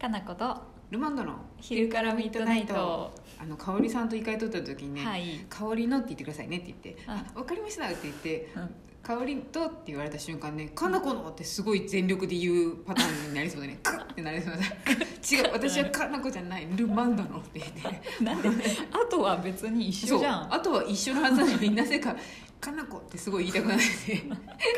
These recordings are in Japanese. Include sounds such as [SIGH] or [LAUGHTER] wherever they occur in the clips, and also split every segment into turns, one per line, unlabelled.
かなこと
ルマンドの
昼からミッドナイト
あの香織さんと一回撮った時にね、
はい、
香りのって言ってくださいねって言って「
うん
あわかりました」って言って
うん
「香りと」って言われた瞬間ね「かなこの」ってすごい全力で言うパターンになりそうでね「 [LAUGHS] クッ」ってなりそうだ違う私はかなこじゃないルマンドの」って言ってね
なんであとは別に一緒じゃん
そうあとは一緒のはずなのになぜか「かなこ」ってすごい言いたくなってね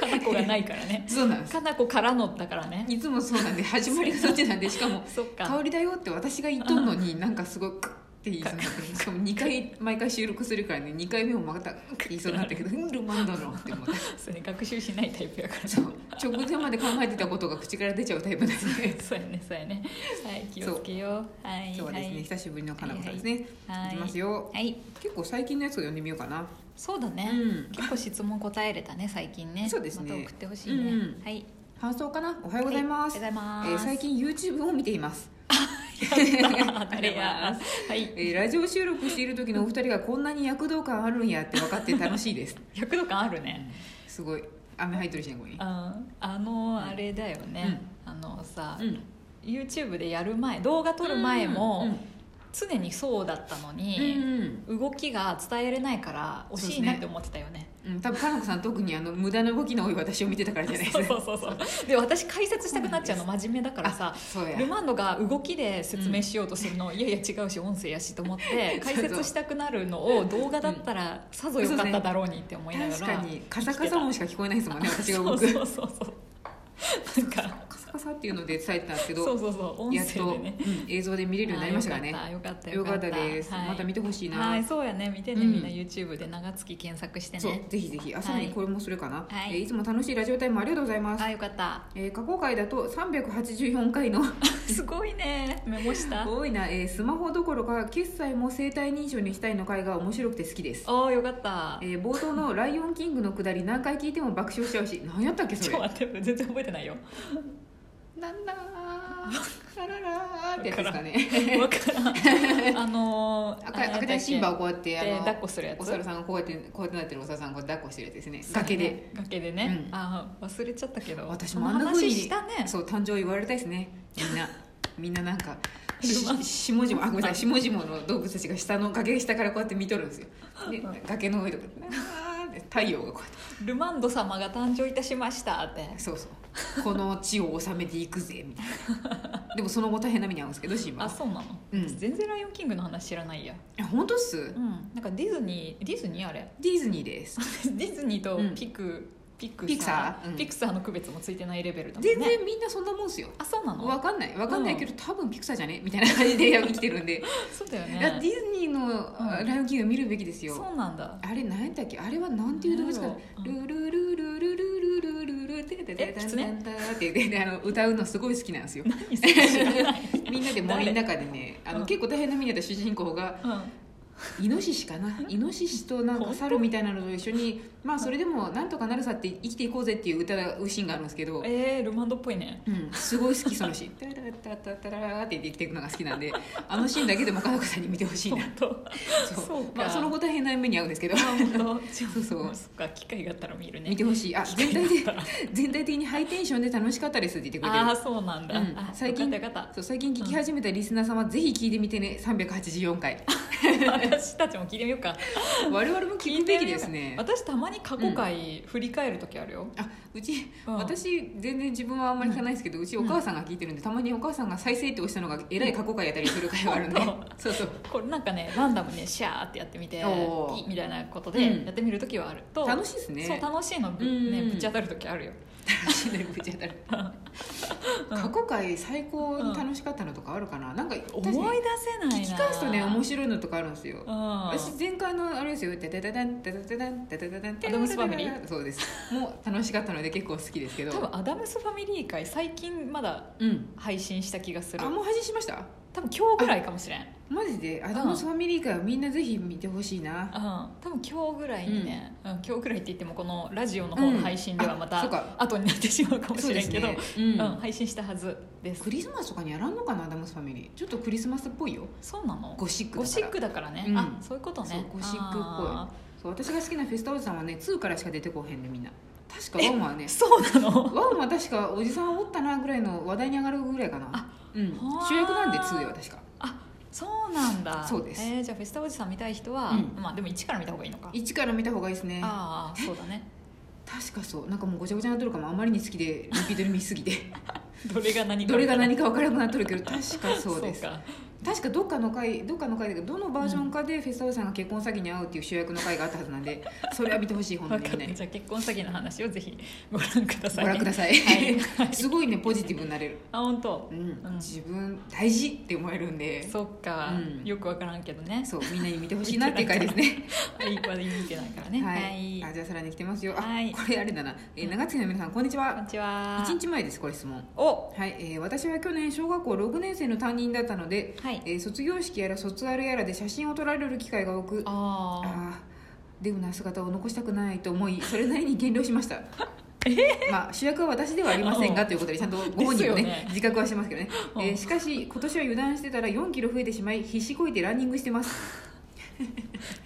かなこがないからね
そうなんです
かなこからのだからね
いつもそうなんで始まりがそっちなんでしかも
そっ
「
か
香りだよ」って私が言っとんの
[LAUGHS]
になんかすごいクッって言いそうになってしかも2回毎回収録するからね2回目もまたクッって言いそうになったけど「うんルマンドの」って思って。
それ学習しないタイプやから
そう直前まで考えてたことが口から出ちゃうタイプ
[LAUGHS]
なんで
そうやねそうやねはい気をつけようはい
今日はですね、久しぶりのかなこさんですね、、
はいい
きますよ
はい
結構最近のやつを読んでみようかな
そうだね、
うん
結構質問答えれたね最近ね
そうですね
また送ってほしいね、
うん
はい
感想かなおは
お
ようございます、
おはようございます、
えー最近 YouTube を見ています
[LAUGHS]
[LAUGHS]
あれやはい
えーラジオ収録している時のお二人がこんなに躍動感あるんやって分かって楽しいです
躍動感あるね
すごい雨入ってるしねここに
ああのあれだよね、あのさ、
うん
YouTube でやる前動画撮る前
う
も
ん
常にそうだったの
うん
に、動きが伝えれないから惜しいなって思ってたよね
うんうん多分かなこさん特にあの無駄な動きの多い私を見てたからじゃないです
そう
か
そうそうそうで私解説したくなっちゃうの真面目だからさ
そうや
ルマンドが動きで説明しようとするの、いやいや違うし音声やしと思って
[LAUGHS] そ
解
うそう
説したくなるのを動画だったらさぞよかっただろうにって思いながら
確かにカサカサ音しか聞こえないですもんね私が動
そ
く
うそうそうそうなんか
カサカサっていうので伝えてたんですけど
そうそうそう音
や
声
っと、
でね
うん映像で見れるようになりましたからね
あーよかった
よ
よ
か
か
っ
ったた
です、
はい
また見てほしいな、
はいそうやね見てね、
うん
みんな YouTube で長月検索して
そう
ね
ぜひぜひあさらにこれもそれかな、
はい
えーいつも楽しいラジオタイムありがとうございます、
あよかった
[LAUGHS] えー過去回だと384回の
すごいねメモした
多いな、えースマホどころか決済も生体認証にしたいの回が面白くて好きです、
おーよかった
えー冒頭の「ライオンキング」のくだり何回聞いても爆笑しちゃうし何やったっけ
ち
そ
ょっと待
れ
って全然覚えて
[LAUGHS]
ないよ
なんだーカララーってやつですかね
わから
[LAUGHS]
んあのー、
赤い赤ちゃんシンバをこうやってあ
で
の
抱っこするやつ
お猿さんがこうやってこうやってなってるお猿さんがこう抱っこしてるやつですね
そうだね
崖で
崖でね、
うん
ああ忘れちゃったけど
私もあ
そ
ん
の
なふうに
話したね
そう誕生日言われたいですねみんな [LAUGHS] みんなな
[LAUGHS]
んかし
うま
下々あごめんなさい下々の動物たちが下の崖下からこうやって見とるんですよで
うん
崖の上とかあーって太陽がこうやっ
ルマンド様が誕生いたしましたって
てそうそうこの地を治めていくぜみたい
[LAUGHS]
なでもその後大変な目に遭うんですけどシン
あ
バは
そうなの、
うん
私全然「ライオンキング」の話知らないや
いや本当っす
うんなんかディズニーディズニーあれ
ディズニーです
[LAUGHS] ディズニーと
うん
ピク、ピク
ピクサーうん
ピクサーの区別もついてないレベルだもんね
全然みんなそんなもんっすよ
あそうなの
わかんないわかんないけど、多分ピクサーじゃねみたいな感じで生きてるんで、
そうだよ
いやデ
ね
ィズニーのあ「ライオンキング」見るべきですよ、
そうなん
[LAUGHS]
だ
あれ何やったっけあれはなんていう動物か
なん
ルルルルルルルルルルって
えキツネ
って言ってあの歌うのすごい好きなんですよ
何それ知 [LAUGHS] らない
みんなで森の中でねあ
う
の
ん
結構大変な目に遭った主人公が
うん
イノシシかなイノシシとなんか猿みたいなのと一緒にまあそれでもなんとかなるさって生きていこうぜっていう歌うシーンがあるんですけど
えー、ルマンドっぽいね
うん、すごい好きそのシーン「タラタタタラ」って生きていくのが好きなんであのシーンだけでもかなこさんに見てほしいな
本
[LAUGHS]
当
そう
そうか
まあ、その後大変な目に遭うんですけど
あ本当
そうそう
そっか機会があったら見るね
見てほしいあ全体
機会
で
があったら
全体的にハイテンションで楽しかったですって言ってくれて
ああ
る
そうなんだ、
うん
あ
最近
よかったよかっ
そう最近聞き始めたリスナー様、ぜひ聞いてみてね384回
[LAUGHS] た私たちも聞いてみようか
我々も聞くべきですね
私たまに過去回振り返る時あるよ、
あうち、
うん
私全然自分はあんまり聞かないですけど、うちお母さんが聞いてるんでたまにお母さんが再生って押したのがえらい過去回やったりする回があるんで、
うん
[LAUGHS] そうそう
これなんかねランダムにねシャーってやってみて
おー
ピッみたいなこと
う
で
ん
やってみる時はあると、
楽しいですね
そう楽しいのぶ,、ね
うん
ぶち当たる時あるよ、
楽しんでるぶち当たる
うん
過去回最高に楽しかったのとかあるかな、なんか確かに
思い出せないな
聞き返すとね面
い、
白いのとかあるんですよ、
うん、
私前回のあれですよ「ダダダダンダダダダンダダダダン」
アダムスファミリー
そうですもう楽しかったので結構好きですけど
多分アダムスファミリー会最近まだ
うん
配信した気がする
あもう配信しました
多分今日ぐらいかもしれん、うん、
マジでアダムスファミリー会はみんなぜひ見てほしいな
多分今日ぐらいにね、うん今日ぐらいって言ってもこのラジオの方の配信ではま
うんあ
た
そうか
後になってしまうかもしれんけど、
そうですね
う
うん
ん、配信したはずです
クリスマスとかにやらんのかなアダムスファミリーちょっとクリスマスっぽいよ
そうなの
ゴシックだから
ゴシックだからね、
うん
あそういうことね
そうゴシックっぽい
あ
そう私が好きなフェスタおじさんはね2からしか出てこうへんでみんな確かワンはね
ーそうなの
ワンは確かおじさんおったなぐらいの話題に上がるぐらいかな
あ
うん
はあ
主役なんで2よ確か
[LAUGHS] そうなんだ
そうです
えーじゃあフェスタおじさん見たい人は、
うん
まあでも1から見た方がいいのか
1から見た方がいいですね
ああそうだね
確かそうなんかもうごちゃごちゃになっとるかもあまりに好きでリピートで見すぎて [LAUGHS]
どれが何か
[LAUGHS] どれが何か分からなくなっとるけど確かそうです
か
確かどっかの回どっかの回だけどどのバージョンかでフェスタおじさんが結婚詐欺に遭うっていう主役の回があったはずな
[LAUGHS]
んでそれは見てほしい本当
分か
に
った
ね
じゃあ結婚詐欺の話をぜひご覧くださ
ご
い
覧ください、
はい
[LAUGHS] すごいねポジティブになれる、
あ本当
う、ん
うん
自分大事って思えるんで
そっか、
うん
よく分からんけどね
そうみんなに見てほしいなっていう
[LAUGHS]
回ですね
いいまだ見てないからね
はい、あじゃあさらに来てますよあ、
はい
これあれだな、えー、長月の皆さんこんにち
こん
は
にちは
1日前ですこれ質問
お
はい、えー私は去年小学校6年生の担任だったので、
はい
えー卒業式やら卒アルやらで写真を撮られる機会が多くあ
ああ
あーデブな姿を残したくないと思いそれなりに減量し
[LAUGHS]
ましたまあ、主役は私ではありません
う
が
ん
ということでちゃんとご本人もね
ですよね
自覚はしてますけどね、
うん
えーしかし今年は油断してたら4キロ増えてしまい必死こいてランニングしてます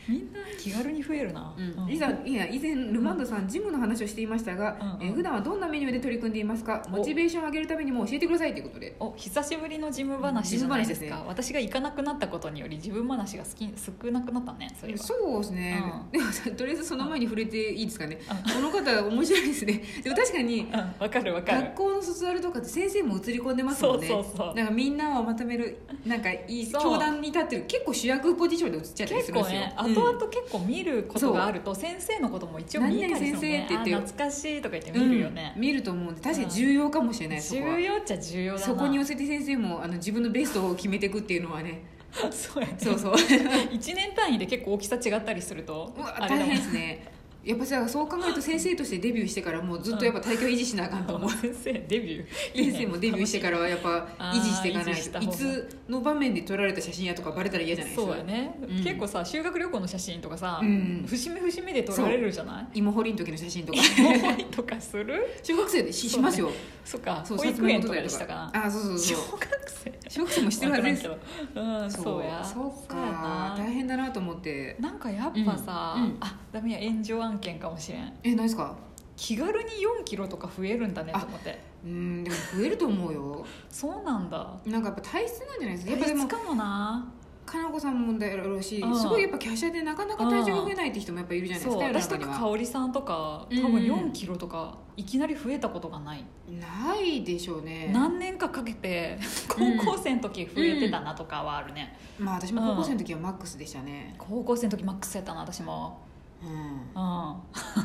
みんな気軽に増えるな、
以前いや以前ルマンドさんジムの話をしていましたが、
うんうん
えー普段はどんなメニューで取り組んでいますか
お
モチベーションを上げるためにも教えてくださいということで
お久しぶりのジム話じゃないですか
ジム話です
私が行かなくなったことにより自分話が好き少なくなったねそれは
そうですね、
うん
でもさとりあえずその前に触れていいですかね、
う
この方面白いですねでも確かに
うんわかるわかる
学校の卒アルとかって先生も映り込んでますもんね
そうそうそう
なんかみんなをまとめるなんかいい
そう
教団に立ってる結構主役ポジションで映っちゃったり
結
する
構
んですよ
ね、
うん
後々結構見ることがあると先生のことも一応見たりするもんね
何々先生って言って
あ懐かしいとか言って見るよね
う、ん見ると思うんで確かに重要かもしれない、そこは
重要っちゃ重要だな
そこに寄せて先生もあの自分のベストを決めていくっていうのはね
そうやね [LAUGHS]
そうそう
1年単位で結構大きさ違ったりすると
うわ
あ
大
れだも
変
ん
ですねやっぱさそう考えると先生としてデビューしてからもうずっとやっぱ体型を維持しなあかんと思う
先生デビューいいね
先生もデビューしてからはやっぱ
あー
維持していかな
維
い
持した方
とい
が
つの場面で撮られた写真やとかバレたら嫌じゃないです
そう
か
やね、
ん
結構さ修学旅行の写真とかさ、
うん
節目節目で撮られるじゃない
芋掘りの時の写真とか
思いとかする
小学生でししますよ
そっか
そう
保育園とかでしたかな
あーそうそう
小
そう
学生
小学生もしてるはずです
わからんけどうんそうや
そう
そうや
か
な
大変だなと思って
なんかやっぱさ、
うんうん
あダメや炎上案件かもしれん
え何ですか
気軽に4キロとか増えるんだねと思って
うんでも増えると思うよ
そうなんだ
なんかやっぱ体質なんじゃないですかやっぱで
い
も
つかもな
かなこさんもだろうし
うん
すごいやっぱ華奢でなかなか体重が増えないって人もやっぱいるじゃない
そ
です
う
か世の
私
中
と
に
か
は
香織さんとか
うん
多分4キロとかいきなり増えたことがない、
ないでしょうね
何年かかけて
うん
高校生の時増えてたなとかはあるね、
まあ私も高校生の時はマックスでしたね、
高校生の時マックスやったな私も
うん
うんあ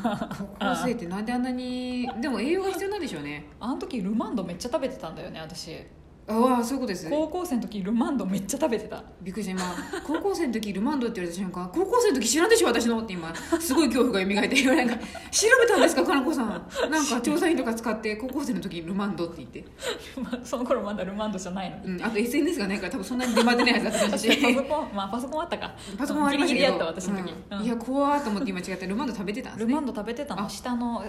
高校生ってなんであんなにでも栄養が必要なんでしょうね
の時ルマンドめっちゃ食べてたんだよね私
ああそういうことです
高校生の時ルマンドめっちゃ食べてた
びっくりした今高校生の時ルマンドって言われた瞬間高校生の時知らんでしょ私のって今すごい恐怖が蘇って [LAUGHS] 今なんか調べたんですかかなこさんなんか調査員とか使って高校生の時ルマンドって言って、
[LAUGHS] まその頃まだルマンドじゃないのに
うん、あと SNS がないから多分そんなに出回ってないはずだったし
私パソ
[LAUGHS]
コン [LAUGHS] まあパソコンあったか
パソコンはありましたけ
ギリギリ
ど
やった私の時、
うん
うん
いや怖ーと思って今違ってルマンド食べてたんで
ル
すね
マンド食べてたの
あ
下の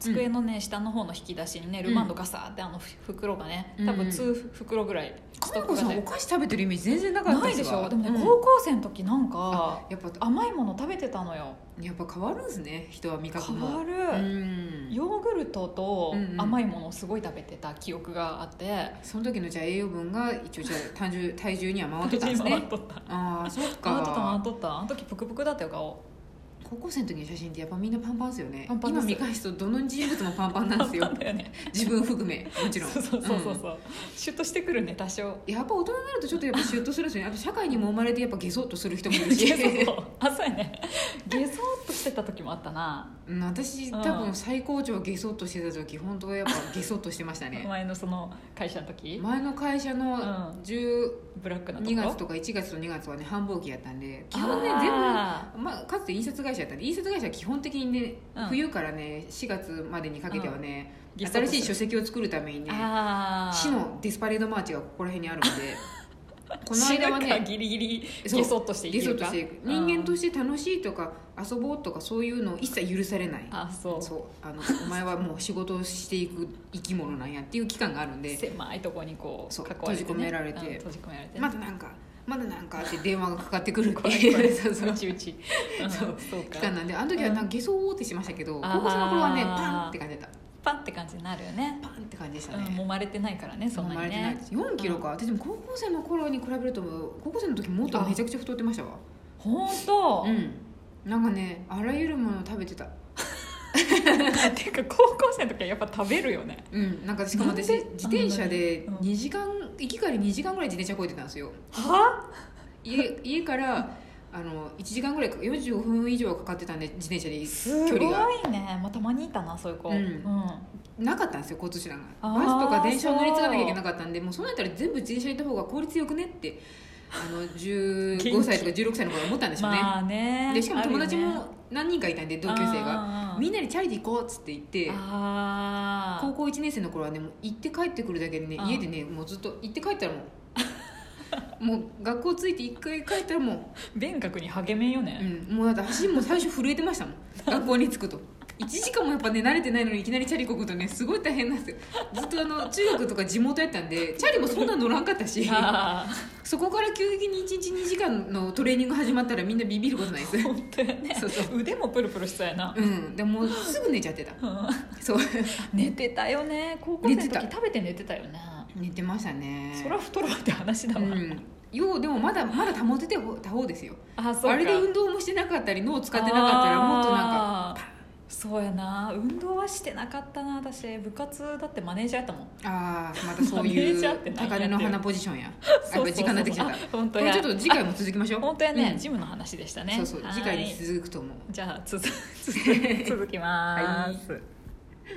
机のね、下の方の引き出しにねルマンドガサーってあのふ袋がね多
うん
分
うん
2袋ぐらいスト
かな
ック
こ
が
さんお
ね
菓子食べてるイメージ全然なかった
ないでしょでもね、
うん
高校生の時なんか
やっぱ
甘いもの食べてたのよ
やっぱ変わるんですね人は味覚
変
も
わる、
うん
ヨーグルトと
うんうん
甘いものをすごい食べてた記憶があって、
その時のじゃあ栄養分が一応じゃあ単純体重には回ってたん
回
で
っ
す
とった回っと
ね
った
ああそっ
回っとった
か
あの時プクプクだったよ顔
高校生の時の写真ってやっぱみんなパンパンですよね
パンパンで
今
す
見返すとどの人物もパンパンなんで
[LAUGHS]
すよ
あったよね
自分含めもちろ
[LAUGHS]
ん
そうそうそうそう
うん
そうシュッとしてくるね多少
やっぱ大人になるとちょっとやっぱシュッとするんですよねあと社会にも生まれてやっぱゲソッとする人もいるし
ゲソあそうや
[LAUGHS]
ねゲソっとしてた時もあったな、
うん私多分最高潮ゲソッとしてた時本当はやっぱゲソッとしてましたね
前のその会社の時
前の会社の10
ブラックなとこ
2月とか1月と2月はね繁忙期やったんで基本ね全部
あ
まあ、かつて印刷会社やったんで印刷会社は基本的にね、
うん
冬からね4月までにかけてはね、
うん
新しい書籍を作るためにね
あー
市のデスパレードマーチがここら辺にあるん
[LAUGHS]
でこの
死
間
ぬ
は
か
ね
ギリギリ
そう
ゲソっとしてい
ゲ
け
ソ
る
ッと
か
していく人間と
て
して楽しいとか遊ぼうとかそういうのを一切許されない
あそう
そうあのお前はもう仕事をしていく生き物なんやっていう期間があるんで
狭いとこにこう
そう
囲われて、ね、
閉じ込められて
うん閉じ込められて [LAUGHS]
まだなんかまだなんかって電話がかかってくるって
怖い
い
怖
う
い
[LAUGHS] そうそう
うちうちうん
[LAUGHS] そう
そう
期
か
間なんであの時はなんかゲソーってしましたけど
ん
高校生の頃はね
あー
パンって感じだった
パンって感じになるよね
パンって感じでした
うん、
ね、
揉まれてないからねそんな
生まれ
に
てない
ね
です4キロか、私でも高校生の頃に比べると高校生の時もっとめちゃくちゃ太ってましたわ
本当、
うんなんかねあらゆるものを食べてた
[LAUGHS] っていうか高校生の時はやっぱ食べるよね
うんなんかしかも私
なんで
自転車で
あんなにうん
2時間行き帰り2時間ぐらい自転車こいでたんですよ
は
家家からあの1時間ぐらいか45分以上はかかってたんで自転車です距
ごい
離が
ねまあたまにいたなそういう子
うん
うん
なかったんですよ交通手段が
あー
バスとか電車を乗り継がなきゃいけなかったんでもうそうなったら全部自転車行った方が効率よくねってあの15歳とか16歳の頃思ったんでしょうね,、
まあね
でしかも友達
あるよね
も何人かいたんで同級生が、
あー
みんなでチャリで行こうっつって言って
あ
高校1年生の頃はねもう行って帰ってくるだけでね
うん
家でねもうずっと行って帰ったらも
[LAUGHS]
うもう学校着いて1回帰ったらもう
ー勉学に励めんよね、
うん、もうだって足も最初震えてましたもん学校に着くと1時間もやっぱね慣れてないのにいきなりチャリこぐとねすごい大変なんですよずっとあの中学とか地元やったんでチャリもそんな乗らんかったし
あ
そこから急激に1日2時間のトレーニング始まったらみんなビビることないです [LAUGHS]
ー本当や [LAUGHS] ね
そうそう
腕もプルプルしそうやな、
うんでももうすぐ寝ちゃってた
うん
そう [LAUGHS]
寝てたよね高校生の
寝て
時
た
食べて寝てたよね
寝てましたね
そら太ろうって話だ
う
わ、
んようでもまだまだ保ててた方ですよ
あそうか
あれで運動もしてなかったり脳使ってなかったらもっとなん
ん
か
かそうやな運動はしてなかったな私部活だってマネージャーやったもん
ああまたそう
マネ
い
ージャー
う
って何や
高
って
根
る
の花ポジションやあやっぱ時間になってきちゃった
た本当
これ
や
ちょっと次回も続きましょう
本当やね、
うん
ジムの話でしたね
そうそう次回
は
に
い
続くと思う [LAUGHS]
じゃあ続続きます、
はい